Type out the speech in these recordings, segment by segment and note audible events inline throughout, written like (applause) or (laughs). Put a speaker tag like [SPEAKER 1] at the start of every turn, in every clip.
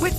[SPEAKER 1] With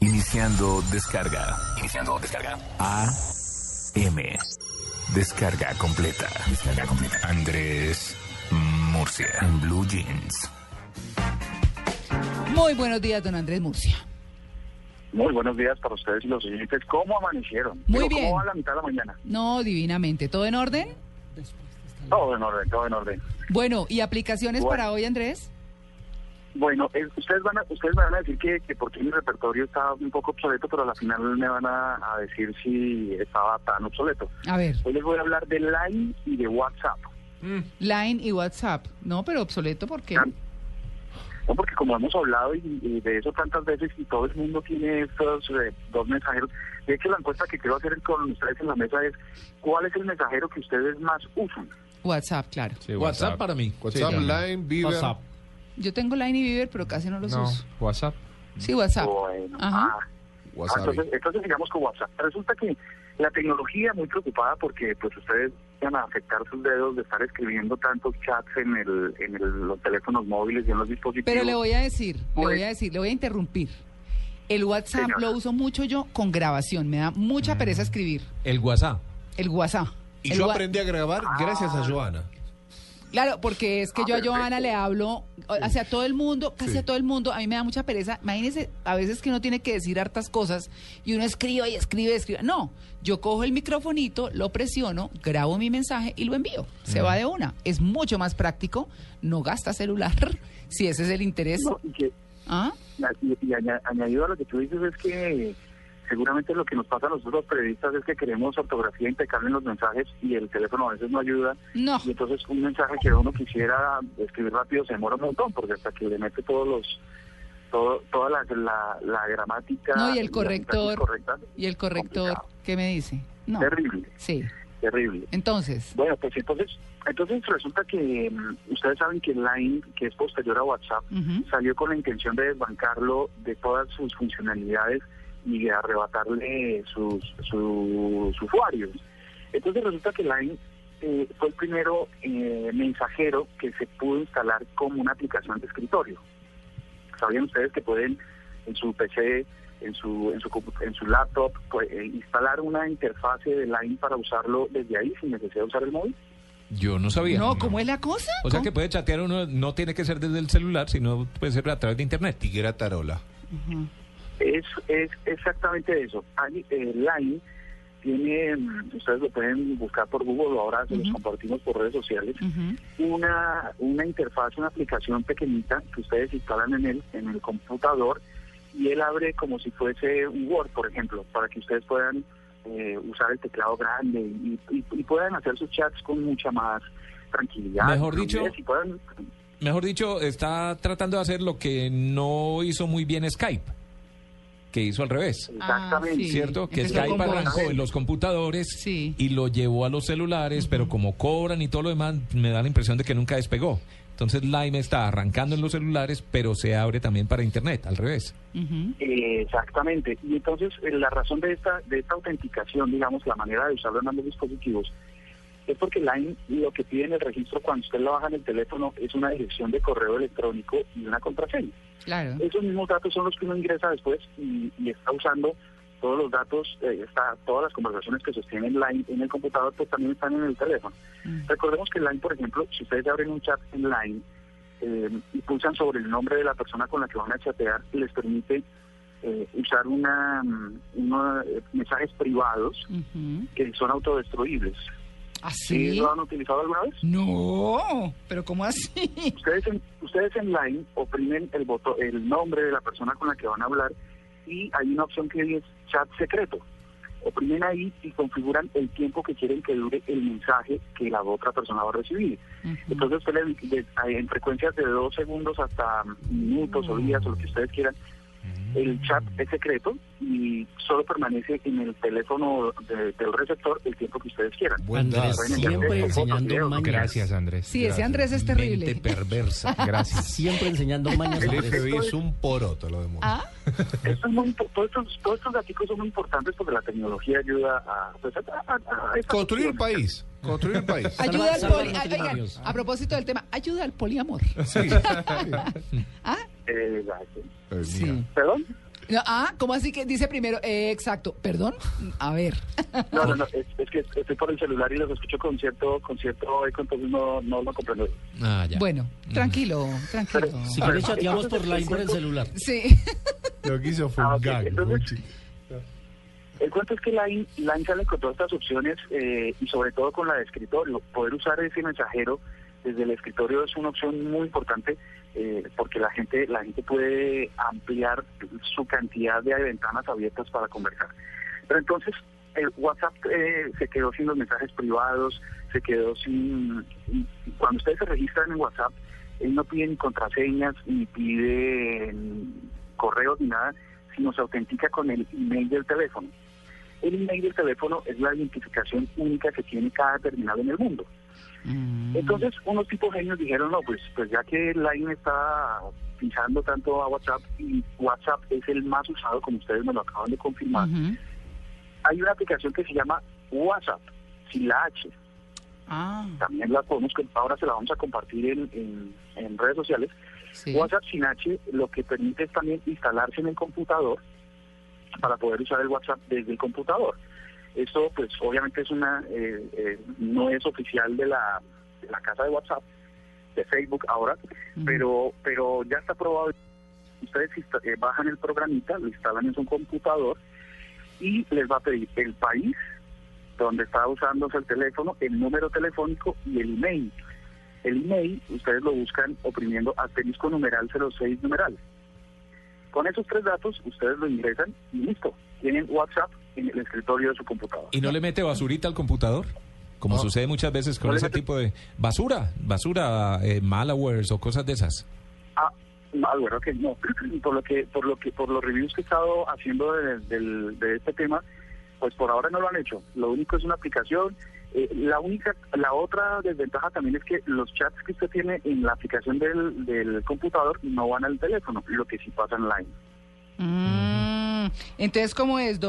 [SPEAKER 2] Iniciando descarga. Iniciando descarga. A. M. Descarga completa. Descarga completa. Andrés Murcia. En Blue Jeans.
[SPEAKER 3] Muy buenos días, don Andrés Murcia.
[SPEAKER 4] Muy buenos días para ustedes y los oyentes. ¿Cómo amanecieron?
[SPEAKER 3] Muy
[SPEAKER 4] Digo,
[SPEAKER 3] bien.
[SPEAKER 4] ¿Cómo va la mitad de la mañana?
[SPEAKER 3] No, divinamente. ¿Todo en orden?
[SPEAKER 4] Todo en orden, todo en orden.
[SPEAKER 3] Bueno, ¿y aplicaciones
[SPEAKER 4] Bueno.
[SPEAKER 3] para hoy, Andrés?
[SPEAKER 4] Bueno, eh, ustedes van a, ustedes me van a decir que, que porque mi repertorio estaba un poco obsoleto, pero a la final me van a, a decir si estaba tan obsoleto.
[SPEAKER 3] A ver,
[SPEAKER 4] Hoy les voy a hablar de Line y de WhatsApp.
[SPEAKER 3] Line y WhatsApp. No, pero obsoleto porque...
[SPEAKER 4] Tan- No, porque como hemos hablado y, y de eso tantas veces y todo el mundo tiene estos eh, dos mensajeros. De hecho, la encuesta que quiero hacer con ustedes en la mesa es ¿cuál es el mensajero que ustedes más usan?
[SPEAKER 3] WhatsApp, claro.
[SPEAKER 5] WhatsApp, para mí.
[SPEAKER 6] WhatsApp, Line, Viber.
[SPEAKER 5] WhatsApp.
[SPEAKER 3] Yo tengo Line y Viver, pero casi no los
[SPEAKER 6] No,
[SPEAKER 3] uso.
[SPEAKER 6] WhatsApp.
[SPEAKER 3] Sí, WhatsApp.
[SPEAKER 4] Bueno,
[SPEAKER 3] Ajá.
[SPEAKER 4] ah, Ah,
[SPEAKER 6] WhatsApp.
[SPEAKER 4] entonces, entonces digamos con WhatsApp. Resulta que la tecnología muy preocupada porque pues ustedes van a afectar sus dedos de estar escribiendo tantos chats en el, en el- los teléfonos móviles y en los dispositivos.
[SPEAKER 3] Pero le voy a decir, le
[SPEAKER 4] Pues-
[SPEAKER 3] voy a decir, le voy a interrumpir. El WhatsApp
[SPEAKER 4] Señora.
[SPEAKER 3] lo uso mucho yo con grabación. Me da mucha pereza escribir.
[SPEAKER 5] Mm. El WhatsApp.
[SPEAKER 3] El WhatsApp.
[SPEAKER 5] Y
[SPEAKER 3] El
[SPEAKER 5] yo
[SPEAKER 3] wa-
[SPEAKER 5] aprendí a grabar gracias a Joana.
[SPEAKER 3] Claro, porque es que
[SPEAKER 4] Ah,
[SPEAKER 3] yo a Johanna
[SPEAKER 4] perfecto.
[SPEAKER 3] le hablo o- hacia todo el mundo, casi a todo el mundo. A mí me da mucha pereza. Imagínense, a veces que uno tiene que decir hartas cosas y uno escribe y escribe y escribe. No, yo cojo el microfonito, lo presiono, grabo mi mensaje y lo envío. Se
[SPEAKER 4] Mm.
[SPEAKER 3] va de una. Es mucho más práctico. No gasta celular, (laughs) si ese es el interés.
[SPEAKER 4] No, y que-
[SPEAKER 3] ¿Ah?
[SPEAKER 4] y, y aña- añadido a lo que tú dices es que seguramente lo que nos pasa a nosotros los periodistas es que queremos ortografía impecable en los mensajes y el teléfono a veces no ayuda.
[SPEAKER 3] No.
[SPEAKER 4] Y entonces un mensaje que uno quisiera escribir rápido se demora un montón porque hasta que le mete todos los... Todo, toda la, la, la gramática...
[SPEAKER 3] No, y
[SPEAKER 4] la
[SPEAKER 3] el
[SPEAKER 4] sintaxis
[SPEAKER 3] corrector.
[SPEAKER 4] correcta,
[SPEAKER 3] Y el corrector,
[SPEAKER 4] complicado.
[SPEAKER 3] ¿qué me dice? No.
[SPEAKER 4] Terrible,
[SPEAKER 3] Sí.
[SPEAKER 4] terrible.
[SPEAKER 3] Entonces,
[SPEAKER 4] Bueno, pues entonces, entonces resulta que mm, ustedes saben que Line, que es posterior a WhatsApp,
[SPEAKER 3] ujú,
[SPEAKER 4] salió con la intención de desbancarlo de todas sus funcionalidades y de arrebatarle sus, sus usuarios. Entonces resulta que Line eh, fue el primero eh, mensajero que se pudo instalar como una aplicación de escritorio. Sabían ustedes que pueden en su PC, en su en su, compu- en su laptop, pues, eh, instalar una interfase de Line para usarlo desde ahí sin necesidad de usar el móvil.
[SPEAKER 5] Yo no sabía.
[SPEAKER 3] no, ¿cómo es la cosa?
[SPEAKER 5] O sea
[SPEAKER 3] ¿Cómo?
[SPEAKER 5] que puede chatear uno, no tiene que ser desde el celular, sino puede ser a través de internet.
[SPEAKER 6] Tiguera Tarola.
[SPEAKER 3] Ujú.
[SPEAKER 4] Es, es exactamente eso. Hay, eh, Line tiene, mm, ustedes lo pueden buscar por Google, ahora se los
[SPEAKER 3] Ujú.
[SPEAKER 4] compartimos por redes sociales,
[SPEAKER 3] Ujú.
[SPEAKER 4] una, una interfaz, una aplicación pequeñita que ustedes instalan en el, en el computador y él abre como si fuese un Word, por ejemplo, para que ustedes puedan eh, usar el teclado grande y, y- y puedan hacer sus chats con mucha más tranquilidad.
[SPEAKER 5] Mejor dicho,
[SPEAKER 4] fluidez y puedan-
[SPEAKER 5] Mejor dicho, está tratando de hacer lo que no hizo muy bien Skype, que hizo al revés.
[SPEAKER 4] exactamente.
[SPEAKER 3] Ah, sí.
[SPEAKER 5] ¿Cierto? Que
[SPEAKER 3] Empezó
[SPEAKER 5] Skype
[SPEAKER 3] con
[SPEAKER 5] arrancó
[SPEAKER 3] voz.
[SPEAKER 5] en los computadores
[SPEAKER 3] Sí.
[SPEAKER 5] y lo llevó a los celulares, pero como cobran y todo lo demás, me da la impresión de que nunca despegó. Entonces Lime está arrancando en los celulares, pero se abre también para Internet, al revés.
[SPEAKER 3] Ujú.
[SPEAKER 4] Eh, Exactamente. Y entonces eh, la razón de esta de esta autenticación, digamos, la manera de usarlo en ambos dispositivos, es porque Line lo que pide en el registro cuando usted lo baja en el teléfono es una dirección de correo electrónico y una contraseña.
[SPEAKER 3] Claro.
[SPEAKER 4] Esos mismos datos son los que uno ingresa después y, y está usando todos los datos, eh, está, todas las conversaciones que sostiene Line en el computador, pues también están en el teléfono.
[SPEAKER 3] Mm.
[SPEAKER 4] Recordemos que Line, por ejemplo, si ustedes abren un chat en Line eh, y pulsan sobre el nombre de la persona con la que van a chatear, les permite eh, usar una, mm, una, eh, mensajes privados
[SPEAKER 3] Ujú.
[SPEAKER 4] que son autodestruibles. ¿Sí?
[SPEAKER 3] ¿Así?
[SPEAKER 4] lo han utilizado alguna vez?
[SPEAKER 3] No, pero ¿cómo así?
[SPEAKER 4] Ustedes en, ustedes en Line oprimen el, botón, el nombre de la persona con la que van a hablar y hay una opción que es chat secreto. Oprimen ahí y configuran el tiempo que quieren que dure el mensaje que la otra persona va a recibir. Entonces, eh, usted le- de- en frecuencias de dos segundos hasta minutos o días o lo que ustedes quieran,
[SPEAKER 7] Mm.
[SPEAKER 4] El chat es secreto y solo permanece en el teléfono de- del receptor el tiempo que ustedes quieran.
[SPEAKER 7] Andrés,
[SPEAKER 4] Pueden enviar
[SPEAKER 7] siempre
[SPEAKER 4] fotos,
[SPEAKER 7] enseñando
[SPEAKER 4] videos.
[SPEAKER 7] mañas.
[SPEAKER 2] Gracias, Andrés.
[SPEAKER 3] Sí, ese Andrés es terrible.
[SPEAKER 2] Mente
[SPEAKER 3] (laughs)
[SPEAKER 2] perversa. Gracias.
[SPEAKER 7] Siempre enseñando mañas.
[SPEAKER 6] El
[SPEAKER 7] Andrés.
[SPEAKER 6] FBI es un poroto, lo demuestra.
[SPEAKER 3] ¿Ah?
[SPEAKER 4] Esto es muy impo- todos, estos, todos estos datos son muy importantes porque la tecnología ayuda a... pues, a- a- a- a-
[SPEAKER 6] Construir el país. Construir el país.
[SPEAKER 3] Ayuda al
[SPEAKER 7] salva
[SPEAKER 3] poli-
[SPEAKER 7] los
[SPEAKER 3] ay, oigan,
[SPEAKER 7] matrimonios.
[SPEAKER 3] a propósito del tema, ayuda al poliamor.
[SPEAKER 4] Eh, exacto.
[SPEAKER 6] Eh, mira.
[SPEAKER 7] Sí.
[SPEAKER 4] ¿Perdón?
[SPEAKER 3] No, ah, ¿cómo así que dice primero? Eh, exacto, perdón. A ver.
[SPEAKER 4] No, no, no, es, es que estoy por el celular y los escucho con cierto, con cierto eco, entonces no, no lo comprendo. Ah,
[SPEAKER 2] Ah, ya.
[SPEAKER 3] Bueno, tranquilo, tranquilo.
[SPEAKER 7] Si quieres chateamos por line por el celular.
[SPEAKER 3] Sí.
[SPEAKER 6] Lo que hizo fue
[SPEAKER 4] Ah,
[SPEAKER 6] un
[SPEAKER 4] ok,
[SPEAKER 6] gag.
[SPEAKER 4] entonces-
[SPEAKER 6] fue un chiste.
[SPEAKER 4] El cuento es que Line, Line sale con todas estas opciones eh, y sobre todo con la de escritorio. Poder usar ese mensajero desde el escritorio es una opción muy importante eh, porque la gente, la gente puede ampliar su cantidad de ventanas abiertas para conversar. Pero entonces el WhatsApp eh, se quedó sin los mensajes privados, se quedó sin... Cuando ustedes se registran en WhatsApp, eh, no piden contraseñas, ni piden correos, ni nada, sino se autentifica con el email del teléfono. El email del teléfono es la identificación única que tiene cada terminal en el mundo. Entonces, unos tipos genios dijeron, no, pues, pues ya que Line está pisando tanto a WhatsApp y WhatsApp es el más usado, como ustedes me lo acaban de confirmar,
[SPEAKER 3] Ujú.
[SPEAKER 4] hay una aplicación que se llama WhatsApp, sin la H.
[SPEAKER 3] Ah,
[SPEAKER 4] También la podemos, ahora se la vamos a compartir en, en- en redes sociales.
[SPEAKER 3] sí.
[SPEAKER 4] WhatsApp sin H lo que permite es también instalarse en el computador para poder usar el WhatsApp desde el computador. Esto, pues, obviamente es una, eh, eh, no es oficial de la, de la casa de WhatsApp, de Facebook ahora, pero, pero ya está probado. Ustedes insta- eh, bajan el programita, lo instalan en su computador y les va a pedir el país donde está usándose el teléfono, el número telefónico y el email. El email ustedes lo buscan oprimiendo asterisco numeral 06 numeral. Con esos tres datos ustedes lo ingresan y listo. Tienen WhatsApp en el escritorio de su computadora.
[SPEAKER 5] ¿Y no le mete basurita al computador? Como sucede muchas veces con
[SPEAKER 4] No le
[SPEAKER 5] ese
[SPEAKER 4] mete-
[SPEAKER 5] tipo de basura, basura, eh, malawares o cosas de esas.
[SPEAKER 4] Ah, malware, ok, no. (clears throat) Por lo que, por lo que, por los reviews que he estado haciendo de, del- de este tema, pues por ahora no lo han hecho. Lo único es una aplicación. Eh, la única, la otra desventaja también es que los chats que usted tiene en la aplicación del, del computador no van al teléfono, lo que sí pasa online.
[SPEAKER 3] Mm, Entonces, ¿cómo es?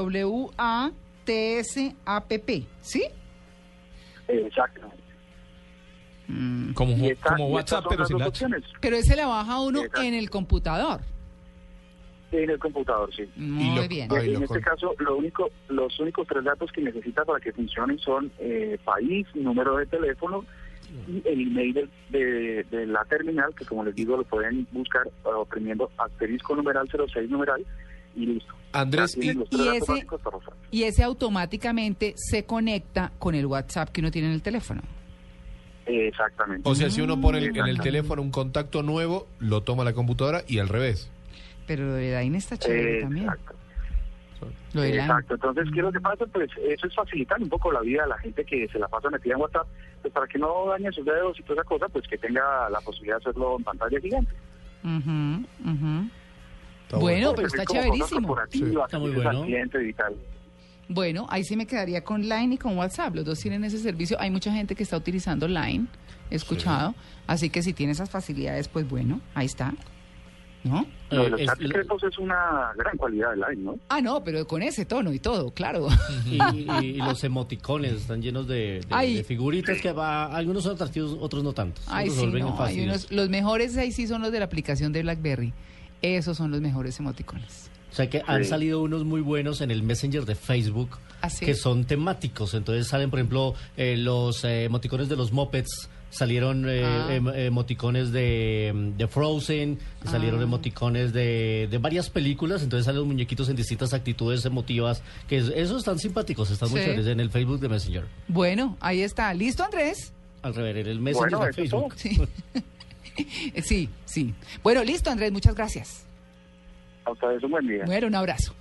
[SPEAKER 3] W-A-T-S-A-P-P, ¿sí?
[SPEAKER 4] Exacto.
[SPEAKER 5] Como,
[SPEAKER 4] Y esta-
[SPEAKER 5] como
[SPEAKER 4] y
[SPEAKER 5] WhatsApp,
[SPEAKER 4] estas
[SPEAKER 5] pero
[SPEAKER 4] son
[SPEAKER 5] sin la
[SPEAKER 4] las dos
[SPEAKER 5] H.
[SPEAKER 4] opciones
[SPEAKER 3] Pero ese la baja uno
[SPEAKER 4] Exacto.
[SPEAKER 3] en el computador.
[SPEAKER 4] En el computador, sí.
[SPEAKER 3] Muy
[SPEAKER 6] lo-
[SPEAKER 3] bien.
[SPEAKER 6] Ay,
[SPEAKER 4] en
[SPEAKER 6] lo
[SPEAKER 4] este
[SPEAKER 6] con-
[SPEAKER 4] caso, lo único, los únicos tres datos que necesita para que funcionen son eh, país, número de teléfono y el email del- de, de la terminal, que como les digo, lo pueden buscar eh, oprimiendo asterisco numeral 06 numeral y listo.
[SPEAKER 6] Andrés,
[SPEAKER 4] Ya tienen
[SPEAKER 6] y-
[SPEAKER 4] los tres
[SPEAKER 3] y
[SPEAKER 4] datos
[SPEAKER 3] ese-
[SPEAKER 4] básicos para usar.
[SPEAKER 3] Y ese automáticamente se conecta con el WhatsApp que uno tiene en el teléfono.
[SPEAKER 4] Eh, Exactamente.
[SPEAKER 6] O sea, si uno pone el- en el teléfono un contacto nuevo, lo toma la computadora y al revés.
[SPEAKER 3] Pero lo de Line está chévere
[SPEAKER 4] Eh,
[SPEAKER 3] también. Pues
[SPEAKER 4] Exacto.
[SPEAKER 3] Lo de Line.
[SPEAKER 4] Exacto, entonces, ¿qué es lo que pasa? Pues eso es facilitar un poco la vida a la gente que se la pasa metida en WhatsApp, pues para que no dañe sus dedos y toda esa cosa, pues que tenga la posibilidad de hacerlo en pantalla gigante.
[SPEAKER 3] Ujú, ujú.
[SPEAKER 6] Está
[SPEAKER 3] Bueno,
[SPEAKER 6] bueno.
[SPEAKER 3] pero está
[SPEAKER 4] Como cosas
[SPEAKER 3] chéverísimo.
[SPEAKER 4] corporativas,
[SPEAKER 6] Sí.
[SPEAKER 7] Está muy
[SPEAKER 4] servicios al
[SPEAKER 7] bueno. Eh,
[SPEAKER 4] cliente y tal.
[SPEAKER 3] Bueno, ahí sí me quedaría con Line y con WhatsApp. Los dos tienen ese servicio. Hay mucha gente que está utilizando Line, he escuchado. Así que si tiene esas facilidades, pues bueno, ahí está. ¿No?
[SPEAKER 4] Lo de los
[SPEAKER 7] Eh, es-
[SPEAKER 4] chats secretos es una gran cualidad del line, ¿no?
[SPEAKER 3] Ah, no, pero con ese tono y todo, claro.
[SPEAKER 7] y, y- y los emoticones están llenos de, de-
[SPEAKER 3] Ay.
[SPEAKER 7] de figuritas que va, algunos son atractivos, otros no tantos.
[SPEAKER 3] Ay,
[SPEAKER 7] Otros
[SPEAKER 3] sí,
[SPEAKER 7] se vuelven
[SPEAKER 3] no, hay
[SPEAKER 7] fáciles.
[SPEAKER 3] unos- los mejores ahí sí son los de la aplicación de BlackBerry. Esos son los mejores emoticones.
[SPEAKER 7] O sea que han
[SPEAKER 4] Sí.
[SPEAKER 7] salido unos muy buenos en el Messenger de Facebook
[SPEAKER 3] ¿Ah, sí?
[SPEAKER 7] que son temáticos. Entonces salen, por ejemplo, eh, los eh, emoticones de los mopeds. Salieron eh,
[SPEAKER 3] Ah.
[SPEAKER 7] em- emoticones de, mm, de Frozen, salieron emoticones de, de varias películas, entonces salen los muñequitos en distintas actitudes emotivas, que es- esos están simpáticos, están muy
[SPEAKER 3] Sí.
[SPEAKER 7] chéveres en el Facebook de Messenger.
[SPEAKER 3] Bueno, ahí está. ¿Listo, Andrés?
[SPEAKER 7] Al revés, en el Messenger
[SPEAKER 4] Bueno,
[SPEAKER 7] de
[SPEAKER 4] eso es todo.
[SPEAKER 7] Facebook.
[SPEAKER 3] Sí. (laughs) sí, sí. Bueno, listo, Andrés. Muchas gracias.
[SPEAKER 4] A ustedes un buen día.
[SPEAKER 3] Bueno, un abrazo.